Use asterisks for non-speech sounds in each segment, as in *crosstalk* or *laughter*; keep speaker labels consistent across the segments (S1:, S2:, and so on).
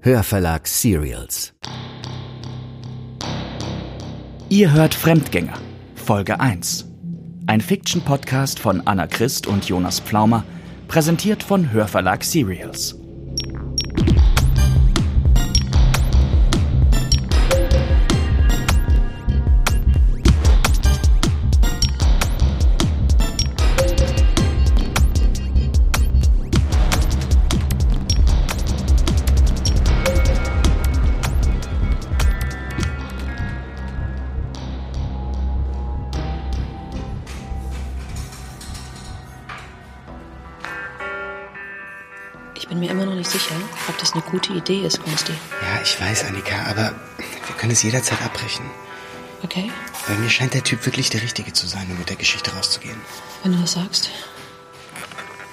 S1: Hörverlag Serials.
S2: Ihr hört Fremdgänger, Folge 1. Ein Fiction-Podcast von Anna Christ und Jonas Pflaumer, präsentiert von Hörverlag Serials.
S3: Ich bin mir immer noch nicht sicher, ob das eine gute Idee ist, Konsti.
S4: Ja, ich weiß, Annika, aber wir können es jederzeit abbrechen.
S3: Okay,
S4: Bei mir scheint der Typ wirklich der Richtige zu sein, um mit der Geschichte rauszugehen.
S3: wenn du das sagst.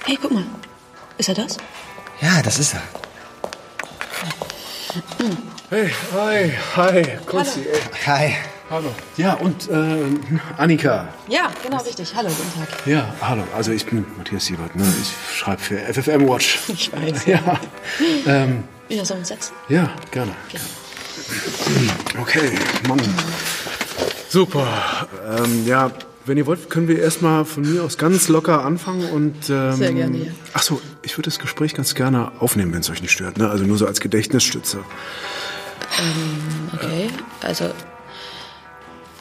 S3: Hey, guck mal. Ist er das?
S4: Ja, das ist er.
S5: Hey, hi, hi, Konsti, ey.
S4: Hi.
S5: Hallo. Ja, und äh, Annika.
S3: Ja, genau richtig. Hallo, guten Tag.
S5: Ja, hallo. Also ich bin Matthias Siebert, ne? Ich schreibe für FFM Watch.
S3: *laughs* Ich weiß.
S5: Ja. Ähm,
S3: Ja, sollen wir uns setzen?
S5: ja, gerne. Okay, Mann. Super. Ähm, ja, wenn ihr wollt, können wir erstmal von mir aus ganz locker anfangen und ähm,
S3: Sehr gerne, ja.
S5: Ach so, ich würde das Gespräch ganz gerne aufnehmen, wenn es euch nicht stört, ne? Also nur so als Gedächtnisstütze.
S3: Okay, also.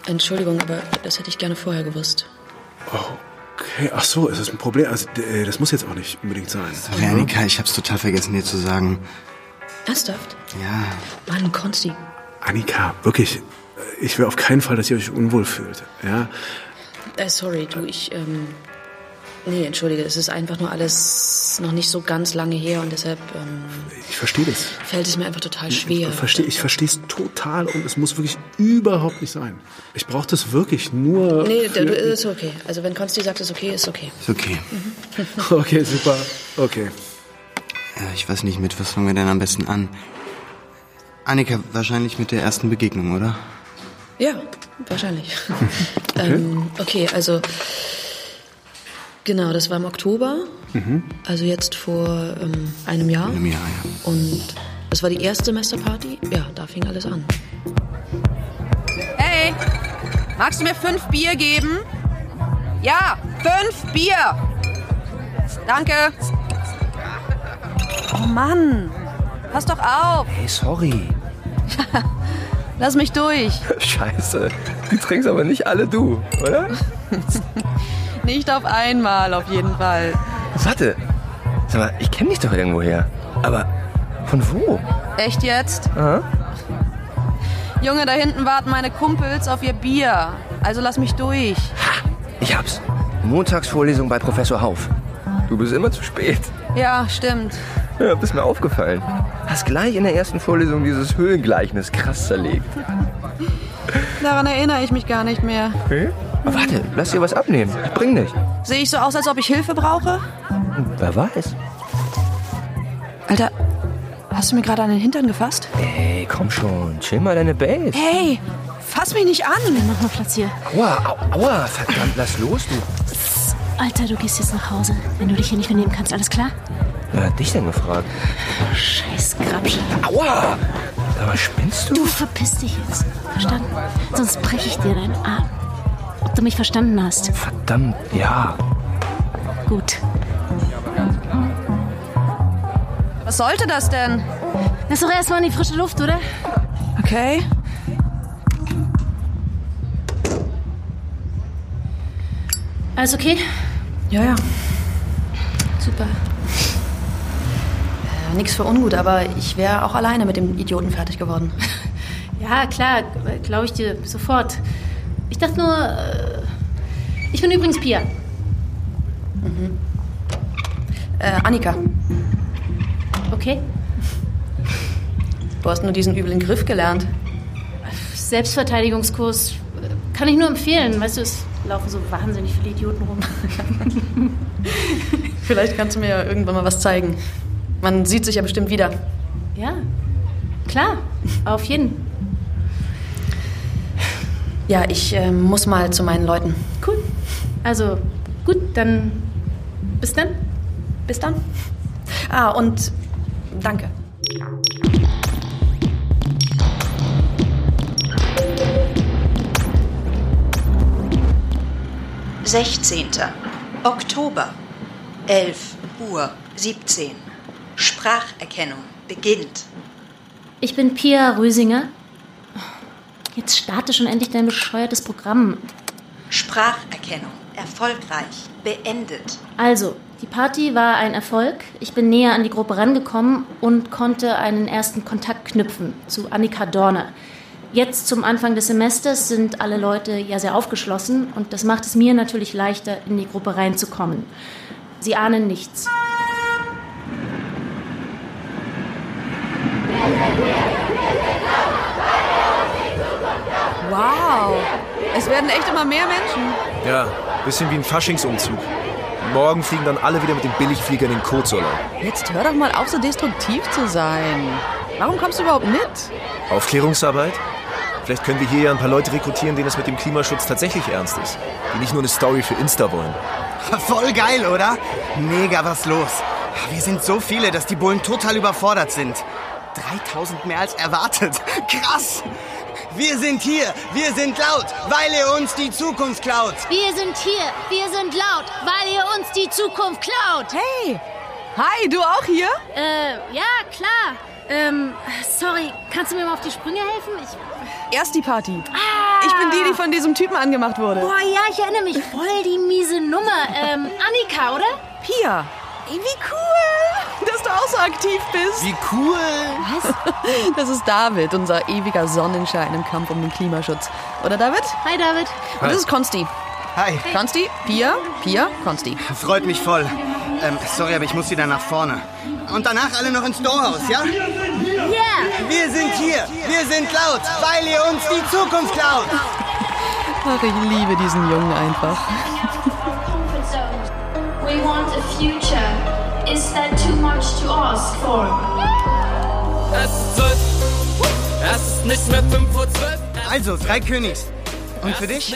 S3: Entschuldigung, aber das hätte ich gerne vorher gewusst.
S5: Okay, ach so, ist das ein Problem? Also äh, das muss jetzt auch nicht unbedingt sein.
S4: Sorry, Annika, ich hab's total vergessen, dir zu sagen.
S3: Ernsthaft?
S4: Ja,
S3: Mann, Konsti.
S5: Annika, wirklich, äh, ich will auf keinen Fall, dass ihr euch unwohl fühlt. Ja?
S3: Äh, sorry, du, ich. Ähm, nee, entschuldige, es ist einfach nur alles noch nicht so ganz lange her und deshalb ähm,
S5: Ich verstehe das.
S3: fällt es mir einfach total
S5: Ich
S3: schwer.
S5: verstehe ich es total und es muss wirklich überhaupt nicht sein. Ich brauche das wirklich nur.
S3: Nee,
S5: für-
S3: da- du, ist okay. Also wenn Konsti sagt, ist okay, ist okay.
S4: ist okay.
S5: Okay, super. Okay.
S4: Äh, Ich weiß nicht, mit was fangen wir denn am besten an? Annika, wahrscheinlich mit der ersten Begegnung, oder?
S3: Ja,
S4: *laughs*
S3: wahrscheinlich. ähm, okay, also genau, das war im Oktober, also jetzt vor ähm, einem Jahr.
S4: Mhm. Einem Jahr, ja.
S3: Und das war die erste Semesterparty. Ja, da fing alles an.
S6: Hey, magst du mir fünf Bier geben? Ja, fünf Bier. Danke. Oh Mann, pass doch auf.
S7: Hey, sorry.
S6: *laughs* Lass mich durch.
S7: Scheiße. Die trinkst aber nicht alle du, oder?
S6: Nicht auf einmal, auf jeden Fall.
S7: Warte. Sag mal, ich kenne dich doch irgendwoher. Aber von wo?
S6: Echt jetzt? Junge, da hinten warten meine Kumpels auf ihr Bier. Also lass mich durch.
S7: Ich hab's. Montagsvorlesung bei Professor Hauf. Du bist immer zu spät.
S6: Ja, stimmt.
S7: Ja, bist mir aufgefallen. Hast gleich in der ersten Vorlesung dieses Höhlengleichnis krass zerlegt.
S6: Daran erinnere ich mich gar nicht mehr.
S7: Hä? Aber warte, lass dir was abnehmen. Ich bring dich. Hm,
S6: Sehe ich so aus, als ob ich Hilfe brauche?
S7: Wer weiß.
S6: Alter, hast du mir gerade an den Hintern gefasst?
S7: Ey, komm schon. Chill mal deine Base.
S6: Hey, fass mich nicht an!
S8: Mach mal Platz hier.
S7: Aua, au, aua. Verdammt, lass los, du.
S8: Alter, du gehst jetzt nach Hause, wenn du dich hier nicht benehmen kannst. Alles klar?
S7: Wer hat dich denn gefragt?
S8: Scheiß Grabsche.
S7: Aua. Sag mal, spinnst du?
S8: Du verpiss dich jetzt. Verstanden? Sonst breche ich dir deinen Arm. Ob du mich verstanden hast?
S7: Verdammt, ja.
S8: Gut.
S6: Was sollte das denn?
S8: Lass doch erstmal in die frische Luft, oder?
S6: Okay.
S8: Alles okay?
S3: Ja, ja.
S8: Super.
S3: Ja, Äh, nix für ungut, aber ich wäre auch alleine mit dem Idioten fertig geworden.
S8: *laughs* Ja, klar. Glaube ich dir sofort. Ich dachte nur. äh, Ich bin übrigens Pia.
S3: Mhm. Äh, Annika,
S8: Okay?
S3: du hast nur diesen üblen Griff gelernt.
S8: Selbstverteidigungskurs äh, kann ich nur empfehlen. Weißt du, es laufen so wahnsinnig viele Idioten
S3: *laughs*
S8: rum.
S3: Vielleicht kannst du mir ja irgendwann mal was zeigen. Man sieht sich ja bestimmt wieder.
S8: Ja, klar. Auf jeden.
S3: Ja, ich äh, muss mal zu meinen Leuten.
S8: Cool. Also, gut, dann bis dann.
S3: Bis dann. Ah, und danke.
S9: 16. Oktober, 11 Uhr 17. Spracherkennung beginnt.
S8: Ich bin Pia Rüsinger. Jetzt starte schon endlich dein bescheuertes Programm.
S9: Spracherkennung erfolgreich beendet.
S8: Also, die Party war ein Erfolg. Ich bin näher an die Gruppe rangekommen und konnte einen ersten Kontakt knüpfen zu Annika Dorner. Jetzt zum Anfang des Semesters sind alle Leute ja sehr aufgeschlossen und das macht es mir natürlich leichter, in die Gruppe reinzukommen. Sie ahnen nichts.
S6: Wow. Es werden echt immer mehr Menschen.
S10: Ja, bisschen wie ein Faschingsumzug. Morgen fliegen dann alle wieder mit dem Billigflieger in den Kurzurlaub.
S6: Jetzt hör doch mal auf, so destruktiv zu sein. Warum kommst du überhaupt mit?
S10: Aufklärungsarbeit? Vielleicht können wir hier ja ein paar Leute rekrutieren, denen es mit dem Klimaschutz tatsächlich ernst ist. Die nicht nur eine Story für Insta wollen.
S4: Voll geil, oder? Mega was los. Wir sind so viele, dass die Bullen total überfordert sind. 3000 mehr als erwartet. Krass! Wir sind hier, wir sind laut, weil ihr uns die Zukunft klaut.
S11: Wir sind hier, wir sind laut, weil ihr uns die Zukunft klaut.
S6: Hey! Hi, du auch hier?
S8: Äh, ja, klar. Ähm, sorry, kannst du mir mal auf die Sprünge helfen? Ich,
S6: Erst die Party. Ich bin die, die von diesem Typen angemacht wurde.
S8: boah, ja, ich erinnere mich. Voll die miese Nummer. Ähm, Annika, oder?
S6: Pia. Wie cool, dass du auch so aktiv bist.
S10: Wie cool!
S6: Das ist David, unser ewiger Sonnenschein im Kampf um den Klimaschutz. Oder David?
S8: Hi, David.
S6: Und das ist Konsti.
S4: Hi,
S6: Konsti, Pia, Pia, Konsti.
S4: freut mich voll. Ähm, sorry, aber ich muss wieder nach vorne. Und danach alle noch ins Storehaus, ja?
S11: Yeah!
S4: Wir sind hier, wir sind laut, weil ihr uns die Zukunft klaut.
S6: Ach, ich liebe diesen Jungen einfach.
S11: We want a future. Is that too much to ask for?
S4: Also, drei Königs. Und für dich?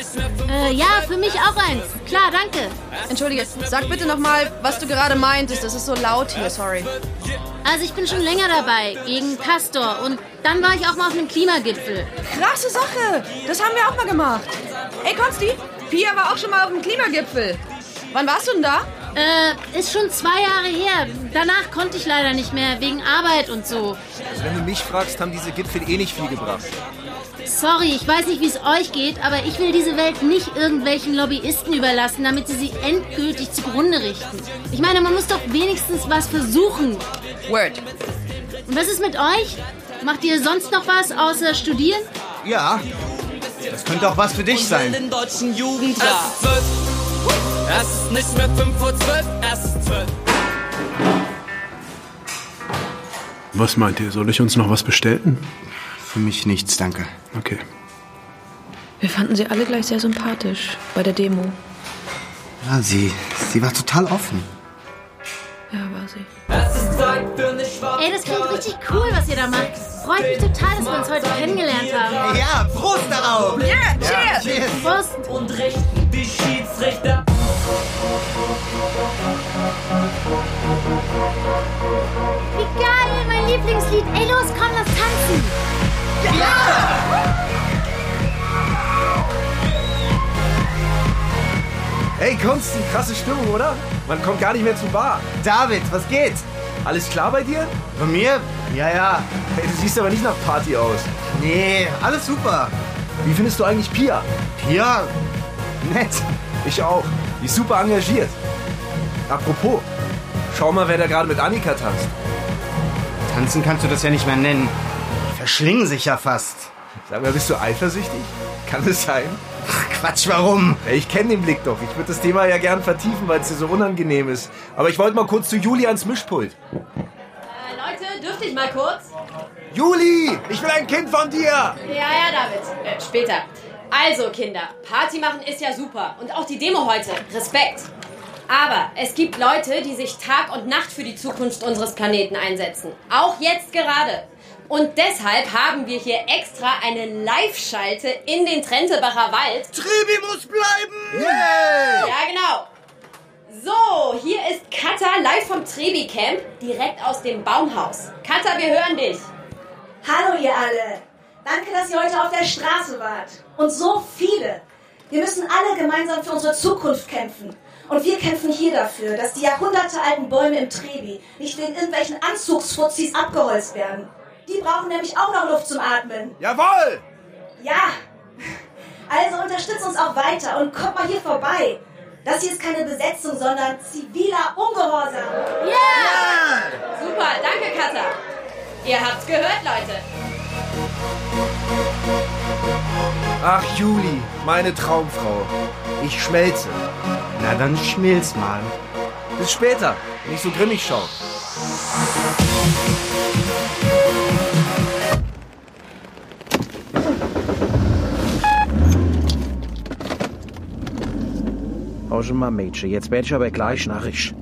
S8: Äh, ja, für mich auch eins. Klar, danke.
S6: Entschuldige, sag bitte nochmal, was du gerade meintest. Das ist so laut hier, sorry.
S8: Also ich bin schon länger dabei, gegen Castor. Und dann war ich auch mal auf einem Klimagipfel.
S6: Krasse Sache! Das haben wir auch mal gemacht. Ey, Konsti, Pia war auch schon mal auf dem Klimagipfel. Wann warst du denn da?
S8: Äh, ist schon zwei Jahre her. Danach konnte ich leider nicht mehr, wegen Arbeit und so.
S10: Wenn du mich fragst, haben diese Gipfel eh nicht viel gebracht.
S8: Sorry, ich weiß nicht, wie es euch geht, aber ich will diese Welt nicht irgendwelchen Lobbyisten überlassen, damit sie sie endgültig zugrunde richten. Ich meine, man muss doch wenigstens was versuchen.
S6: Word.
S8: Und was ist mit euch? Macht ihr sonst noch was außer studieren?
S4: Ja. Das könnte auch was für dich sein.
S5: Was meint ihr? Soll ich uns noch was bestellen?
S4: Für mich nichts, danke.
S5: Okay.
S3: Wir fanden sie alle gleich sehr sympathisch bei der Demo.
S4: Ja, Ah, sie, sie war total offen.
S3: Ja, war sie.
S8: Ey, das klingt richtig cool, was ihr da macht. Freut mich total, dass wir uns heute kennengelernt haben.
S4: Ja, Prost darauf!
S6: Yeah, cheers!
S4: Cheers.
S8: Prost!
S11: Wie geil, mein Lieblingslied. Ey, los, komm, lass tanzen.
S10: Hey, Konsti, krasse Stimmung, oder? Man kommt gar nicht mehr zur Bar.
S4: David, was geht?
S10: Alles klar bei dir?
S4: Bei mir? Ja, ja.
S10: Hey, du siehst aber nicht nach Party aus.
S4: Nee, alles super.
S10: Wie findest du eigentlich Pia?
S4: Ja, nett.
S10: Ich auch. Die ist super engagiert. Apropos, schau mal, wer da gerade mit Annika tanzt.
S4: Tanzen kannst du das ja nicht mehr nennen. Die verschlingen sich ja fast.
S10: Sag mal, bist du eifersüchtig? Kann es sein?
S4: Ach, Quatsch, warum?
S10: Ja, Ich kenne den Blick doch. Ich würde das Thema ja gern vertiefen, weil es dir so unangenehm ist. Aber ich wollte mal kurz zu Juli ans Mischpult.
S11: Äh, Leute, dürfte ich mal kurz?
S10: Juli, ich will ein Kind von dir!
S11: Ja, ja, David. Äh, später. Also, Kinder, Party machen ist ja super. Und auch die Demo heute. Respekt. Aber es gibt Leute, die sich Tag und Nacht für die Zukunft unseres Planeten einsetzen. Auch jetzt gerade. Und deshalb haben wir hier extra eine Live-Schalte in den Trentebacher Wald.
S4: Tribi muss bleiben!
S11: Ja, genau. So, hier ist Katha live vom Trevi Camp, direkt aus dem Baumhaus. Katha, wir hören dich.
S9: Hallo ihr alle. Danke, dass ihr heute auf der Straße wart. Und so viele.
S12: Wir müssen alle gemeinsam für unsere Zukunft kämpfen. Und wir kämpfen hier dafür, dass die jahrhundertealten Bäume im Trebi nicht wegen irgendwelchen Anzugsfuzis abgeholzt werden. Die brauchen nämlich auch noch Luft zum Atmen.
S13: Jawohl!
S12: Ja! Also unterstützt uns auch weiter und kommt mal hier vorbei. Das hier ist keine Besetzung, sondern ziviler Ungehorsam.
S14: Ja! Super, danke, Katha. Ihr habt's gehört, Leute.
S13: Ach, Juli, meine Traumfrau. Ich schmelze.
S4: Na, dann schmilz mal.
S13: Bis später. Nicht so grimmig schauen.
S10: Also mal, Mädchen, jetzt werd ich aber gleich narrisch.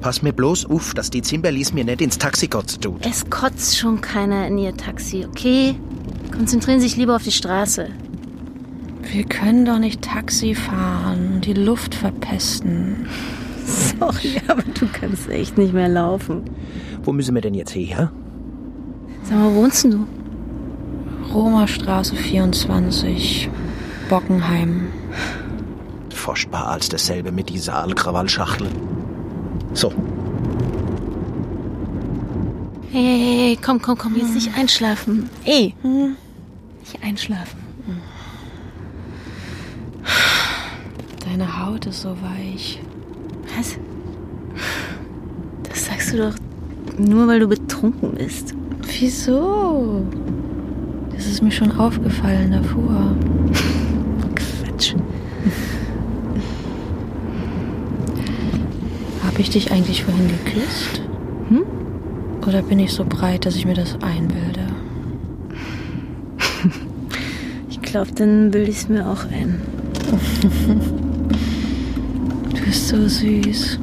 S10: Pass mir bloß auf, dass die Zimperlis mir nicht ins Taxi kotzt tut.
S8: Es kotzt schon keiner in ihr Taxi, okay? Konzentrieren Sie sich lieber auf die Straße.
S3: Wir können doch nicht Taxi fahren und die Luft verpesten.
S8: Sorry, aber du kannst echt nicht mehr laufen.
S10: Wo müssen wir denn jetzt her?
S8: Sag mal, wo wohnst denn du?
S3: Roma Straße 24, Bockenheim.
S10: Forschbar als dasselbe mit dieser Aalkrawallschachtel. So.
S8: Hey, hey, hey, komm, komm, komm, jetzt nicht einschlafen. Ey, nicht einschlafen.
S3: Deine Haut ist so weich.
S8: Was? Das sagst du doch nur, weil du betrunken bist.
S3: Wieso? Das ist mir schon aufgefallen davor.
S8: *laughs* Quatsch.
S3: Habe ich dich eigentlich vorhin geküsst?
S8: Hm?
S3: Oder bin ich so breit, dass ich mir das einbilde?
S8: Ich glaube, dann bilde ich es mir auch ein.
S3: Du bist so süß.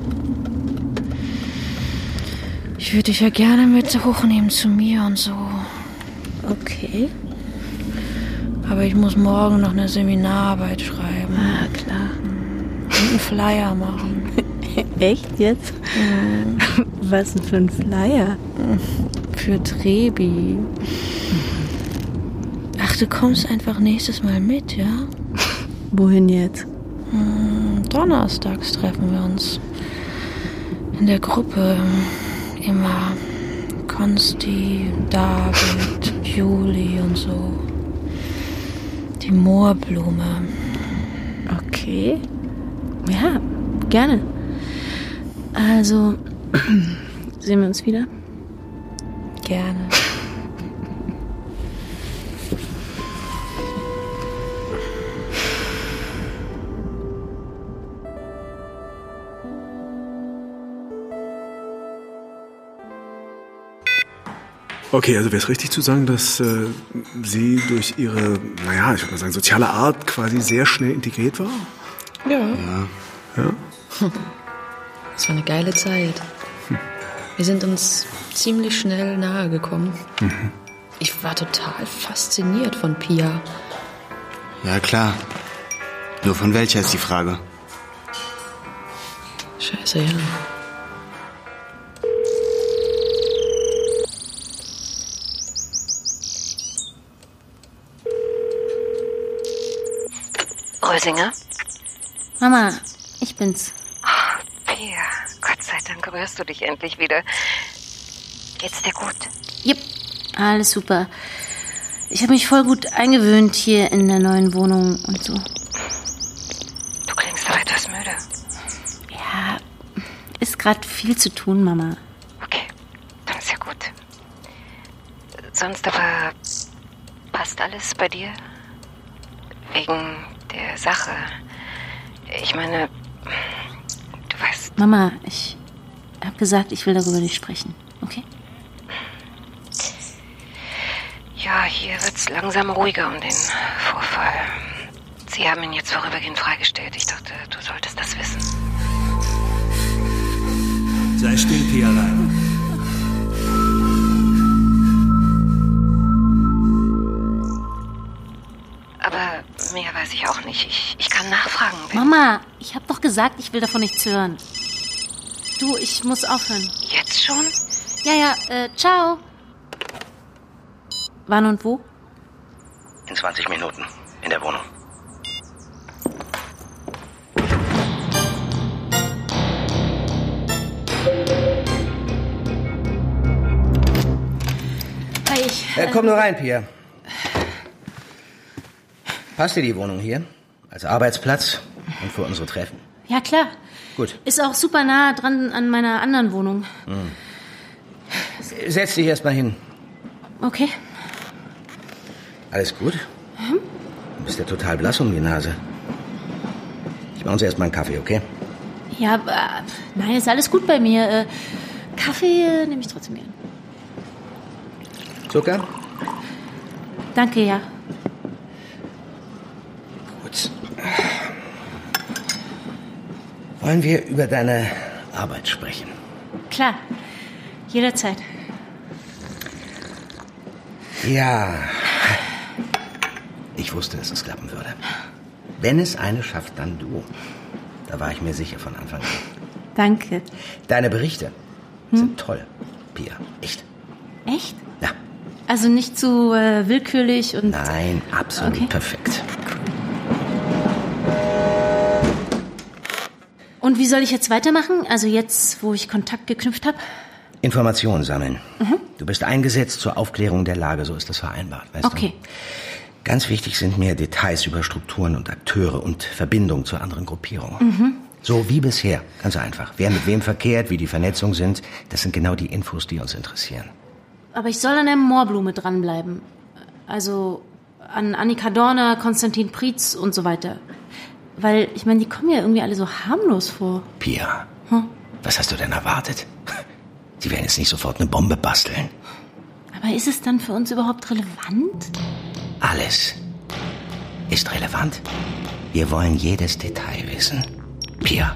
S3: Ich würde dich ja gerne mit hochnehmen zu mir und so.
S8: Okay.
S3: Aber ich muss morgen noch eine Seminararbeit schreiben.
S8: Ah, klar.
S3: Und einen Flyer machen.
S8: Echt jetzt? Was denn für ein Flyer?
S3: Für Trebi. Ach, du kommst einfach nächstes Mal mit, ja?
S8: Wohin jetzt?
S3: Hm, Donnerstags treffen wir uns. In der Gruppe. ähm, Immer. Konsti, David, *laughs* Juli und so. Die Moorblume.
S8: Okay. Ja, gerne. Also, *clears throat* sehen wir uns wieder?
S3: Gerne.
S5: Okay, also wäre es richtig zu sagen, dass äh, sie durch ihre, naja, ich würde mal sagen, soziale Art quasi sehr schnell integriert war?
S15: Ja.
S5: Ja?
S16: Es war eine geile Zeit. Wir sind uns ziemlich schnell nahe gekommen.
S5: Mhm.
S16: Ich war total fasziniert von Pia.
S4: Ja, klar. Nur von welcher ist die Frage?
S16: Scheiße, ja.
S6: Rösinger?
S8: Mama, ich bin's.
S6: Pia, Gott sei Dank rührst du dich endlich wieder. Geht's dir gut?
S8: Yep, alles super. Ich habe mich voll gut eingewöhnt hier in der neuen Wohnung und so.
S6: Du klingst doch etwas müde.
S8: Ja, ist gerade viel zu tun, Mama.
S6: Okay, dann ist ja gut. Sonst aber passt alles bei dir? Wegen der Sache. Ich meine, du weißt,
S8: Mama, ich habe gesagt, ich will darüber nicht sprechen, okay?
S6: ja, hier wird's langsam ruhiger um den Vorfall. Sie haben ihn jetzt vorübergehend freigestellt. Ich dachte, du solltest das wissen.
S17: Sei still, Pialein.
S6: Aber mehr weiß ich auch nicht. Ich, ich kann nachfragen. wenn-
S8: Mama, ich habe doch gesagt, ich will davon nichts hören. Du, ich muss aufhören.
S6: Jetzt schon?
S8: Ja, ja, äh, ciao. Wann und wo?
S10: In 20 Minuten. In der Wohnung.
S18: Äh, komm nur rein, Pia. Passt dir die Wohnung hier? Als Arbeitsplatz und für unsere Treffen.
S8: Ja, klar.
S18: Gut.
S8: Ist auch super nah dran an meiner anderen Wohnung.
S18: Hm. Setz dich erstmal hin.
S8: Okay.
S18: Alles gut?
S8: Mhm.
S18: Du bist ja total blass um die Nase. Ich mache uns erstmal einen Kaffee, okay?
S8: Ja, aber, äh, nein, ist alles gut bei mir. Äh, Kaffee äh, nehme ich trotzdem gern.
S18: Zucker?
S8: Danke, ja.
S18: Gut. Wollen wir über deine Arbeit sprechen?
S8: Klar. Jederzeit.
S18: Ja. Ich wusste, dass es klappen würde. Wenn es eine schafft, dann du. Da war ich mir sicher von Anfang an.
S8: Danke.
S18: Deine Berichte sind toll, Pia. Echt.
S8: Echt? Ja. Also nicht zu äh, willkürlich und.
S18: Nein, absolut
S8: Okay.
S18: perfekt.
S8: Und wie soll ich jetzt weitermachen? Also jetzt, wo ich Kontakt geknüpft habe?
S18: Informationen sammeln.
S8: Mhm.
S18: Du bist eingesetzt zur Aufklärung der Lage, so ist das vereinbart. Weißt
S8: Okay.
S18: du? Ganz wichtig sind mir Details über Strukturen und Akteure und Verbindung zu anderen Gruppierungen.
S8: Mhm.
S18: So wie bisher, ganz einfach. Wer mit wem verkehrt, wie die Vernetzungen sind, das sind genau die Infos, die uns interessieren.
S8: Aber ich soll an der Moorblume dranbleiben. Also an Annika Dorner, Konstantin Prietz und so weiter. Weil, ich meine, die kommen ja irgendwie alle so harmlos vor.
S18: Pia,
S8: Hm?
S18: was hast du denn erwartet? Sie werden jetzt nicht sofort eine Bombe basteln.
S8: Aber ist es dann für uns überhaupt relevant?
S18: Alles ist relevant. Wir wollen jedes Detail wissen. Pia.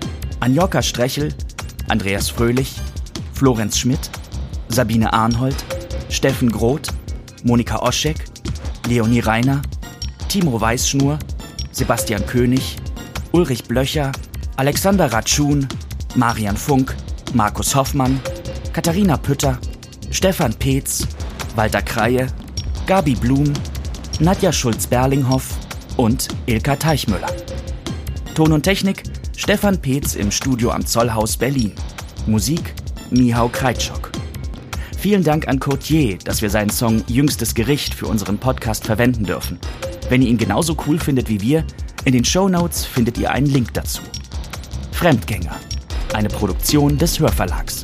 S2: Anjoka Strechel, Andreas Fröhlich, Florenz Schmidt, Sabine Arnhold, Steffen Groth, Monika Oschek, Leonie Reiner, Timo Weißschnur, Sebastian König, Ulrich Blöcher, Alexander Ratschun, Marian Funk, Markus Hoffmann, Katharina Pütter, Stefan Peetz, Walter Kreie, Gabi Blum, Nadja Schulz-Berlinghoff und Ilka Teichmüller. Ton und Technik Stefan Peetz im Studio am Zollhaus Berlin. Musik Mihau Kreitschok. Vielen Dank an Courtier, dass wir seinen Song Jüngstes Gericht für unseren Podcast verwenden dürfen. Wenn ihr ihn genauso cool findet wie wir, in den Shownotes findet ihr einen Link dazu. Fremdgänger. Eine Produktion des Hörverlags.